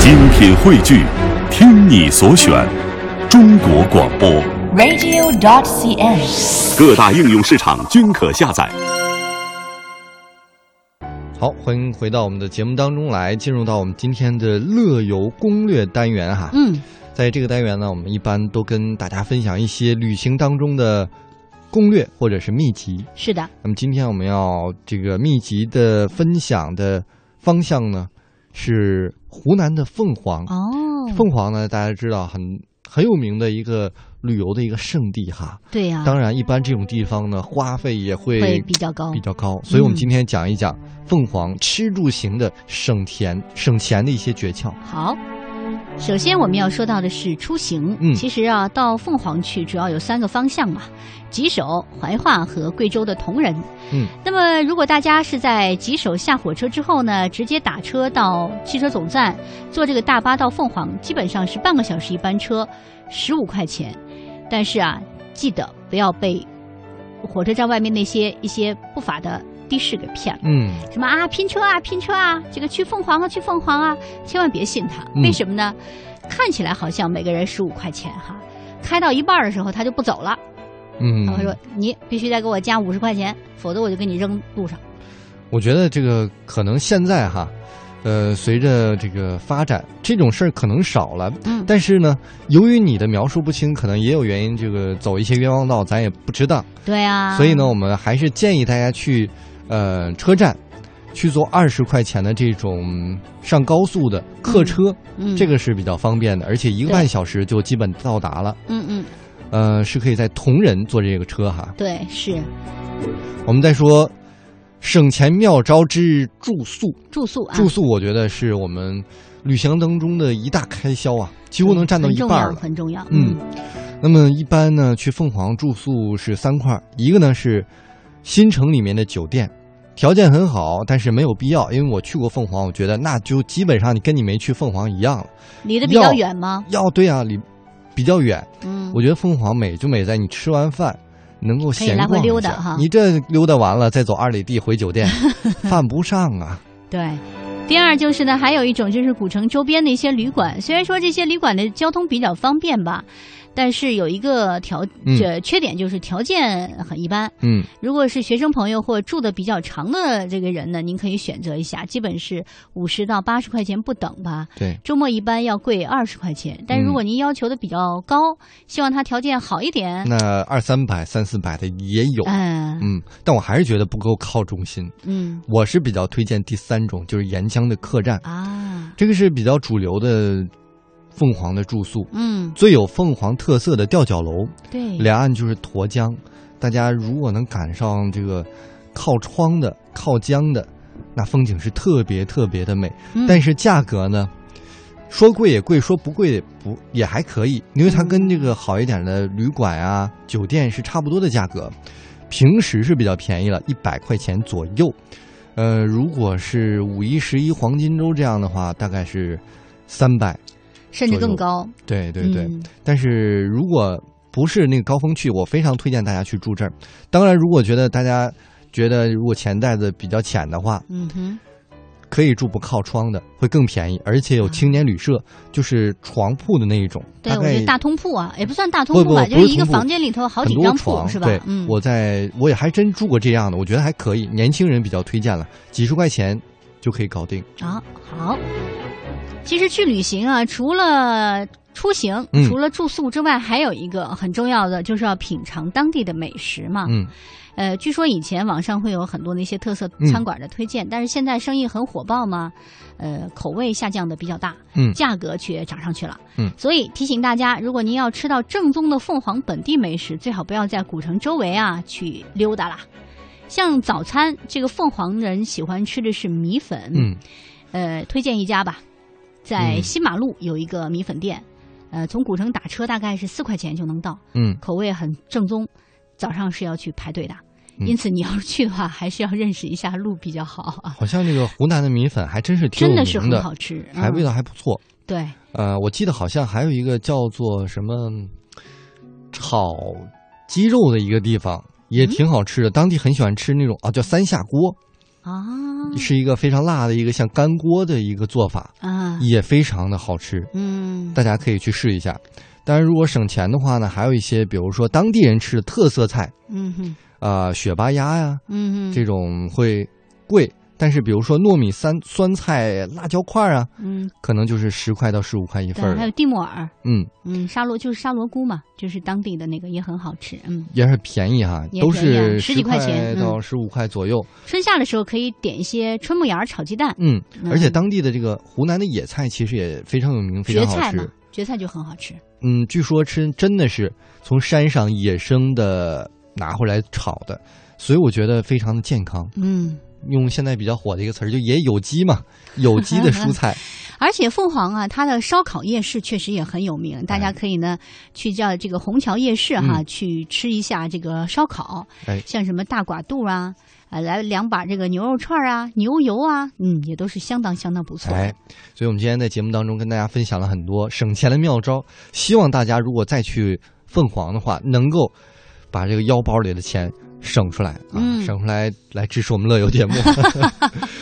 精品汇聚，听你所选，中国广播。 radio.cn。各大应用市场均可下载。好，欢迎回到我们的节目当中来，进入到我们今天的乐游攻略单元哈。嗯，在这个单元呢，我们一般都跟大家分享一些旅行当中的攻略或者是秘籍。是的，那么今天我们要这个秘籍的分享的方向呢，是湖南的凤凰。哦，凤凰呢，大家知道很很有名的一个旅游的一个胜地哈。对呀、当然，一般这种地方呢，花费也会啊会比较高比较高。所以我们嗯今天讲一讲凤凰吃住行的省钱、省钱的一些诀窍。好。首先，我们要说到的是出行。嗯其实啊，到凤凰去主要有三个方向嘛：吉首、怀化和贵州的铜仁。嗯，那么，如果大家是在吉首下火车之后呢，直接打车到汽车总站，坐这个大巴到凤凰，基本上是半个小时一班车，十五块钱。但是啊，记得不要被火车站外面那些一些不法的的士给骗了。嗯，什么啊拼车啊拼车啊，这个去凤凰啊去凤凰啊，千万别信他。嗯为什么呢？看起来好像每个人十五块钱哈，开到一半儿的时候他就不走了，嗯他会说你必须再给我加五十块钱，否则我就给你扔路上。我觉得这个可能现在哈，呃，随着这个发展，这种事儿可能少了。嗯但是呢，由于你的描述不清，可能也有原因，这个走一些冤枉道，咱也不知道。对啊，所以呢，我们还是建议大家去，呃，车站。去坐二十块钱的这种上高速的客车，嗯这个是比较方便的，而且一个对半小时就基本到达了。嗯嗯呃，是可以在铜仁坐这个车哈。对是我们再说省钱妙招之住宿，住宿啊，住宿我觉得是我们旅行当中的一大开销啊，几乎能占到一半儿很重要了。很重嗯要。那么一般呢，去凤凰住宿是三块儿，一个呢是新城里面的酒店，条件很好，但是没有必要，因为我去过凤凰，我觉得那就基本上你跟你没去凤凰一样了。离得比较要远吗？要对啊，离比较远，嗯，我觉得凤凰美就美在你吃完饭能够闲逛可以来回一下溜达哈你这溜达完了再走二里地回酒 店，犯不上啊。对。第二就是呢，还有一种就是古城周边的一些旅馆，虽然说这些旅馆的交通比较方便吧，但是有一个条嗯这缺点就是条件很一般。嗯，如果是学生朋友或住的比较长的这个人呢，您可以选择一下，基本是五十到八十块钱不等吧。对，周末一般要贵二十块钱，但如果您要求的比较高，嗯希望他条件好一点，那二三百、三四百的也有，嗯嗯，但我还是觉得不够靠中心。嗯我是比较推荐第三种，就是沿江的客栈，啊这个是比较主流的凤凰的住宿，嗯最有凤凰特色的吊脚楼，对两岸就是沱江。大家如果能赶上这个靠窗的、靠江的，那风景是特别特别的美。嗯但是价格呢，说贵也贵，说不贵也不也还可以，因为它跟这个好一点的旅馆啊、酒店是差不多的价格。平时是比较便宜了，一百块钱左右。呃，如果是五一、十一黄金周这样的话，大概是三百。甚至左更右高，对对对。嗯但是如果不是那个高峰去，我非常推荐大家去住这儿。当然，如果觉得大家觉得如果钱袋子比较浅的话，嗯哼可以住不靠窗的，会更便宜，而且有青年旅社，就是床铺的那一种。嗯对，我概觉得大通铺啊，也不算大通不铺不吧，不就是是一个通铺房间里头好很几多张床铺是吧对？，嗯，我在我也还真住过这样的，我觉得还可以，年轻人比较推荐了，几十块钱就可以搞定。啊好。其实去旅行啊，除了出行，嗯除了住宿之外，还有一个很重要的就是要品尝当地的美食嘛。嗯，呃，据说以前网上会有很多那些特色餐馆的推荐，但是现在生意很火爆嘛，呃，口味下降的比较大，嗯价格却涨上去了，嗯所以提醒大家，如果您要吃到正宗的凤凰本地美食，最好不要在古城周围啊去溜达啦。像早餐，这个凤凰人喜欢吃的是米粉，嗯，呃，推荐一家吧，在嗯新马路有一个米粉店，呃，从古城打车大概是四块钱就能到，嗯，口味很正宗，早上是要去排队的。嗯因此，你要是去的话， 还是要认识一下路比较好啊。好像这个湖南的米粉还真是挺有真名是很好吃，还嗯味道还不错。对，呃，我记得好像还有一个叫做什么炒鸡肉的一个地方，也挺好吃的。当地很喜欢吃那种啊，叫三下锅，啊是一个非常辣的一个像干锅的一个做法，啊，也非常的好吃，嗯大家可以去试一下。当然，如果省钱的话呢，还有一些比如说当地人吃的特色菜，嗯哼啊，雪巴鸭呀、嗯哼，这种会贵，但是比如说糯米酸酸菜辣椒块啊，嗯，可能就是十块到十五块一份对，还有儿。地木耳，嗯，嗯，沙罗就是沙罗菇嘛，就是当地的那个也很好吃，嗯，也很便宜哈，也都便宜啊是十几块钱嗯到十五块左右。春夏的时候可以点一些春木芽儿炒鸡蛋，嗯，嗯而且当地的这个湖南的野菜其实也非常有名，非蕨常好菜嘛吃。，蕨菜就很好吃，嗯，据说吃真的是从山上野生的拿回来炒的，所以我觉得非常的健康。嗯，用现在比较火的一个词儿，就也有机嘛，有机的蔬菜。而且凤凰啊，它的烧烤夜市确实也很有名，大家哎可以呢去叫这个虹桥夜市哈，嗯去吃一下这个烧烤，哎像什么大寡肚啊，啊来两把这个牛肉串儿啊、牛油啊，嗯，也都是相当相当不错的。哎，所以我们今天在节目当中跟大家分享了很多省钱的妙招，希望大家如果再去凤凰的话，能够把这个腰包里的钱省出来啊，嗯省出来来支持我们乐游节目。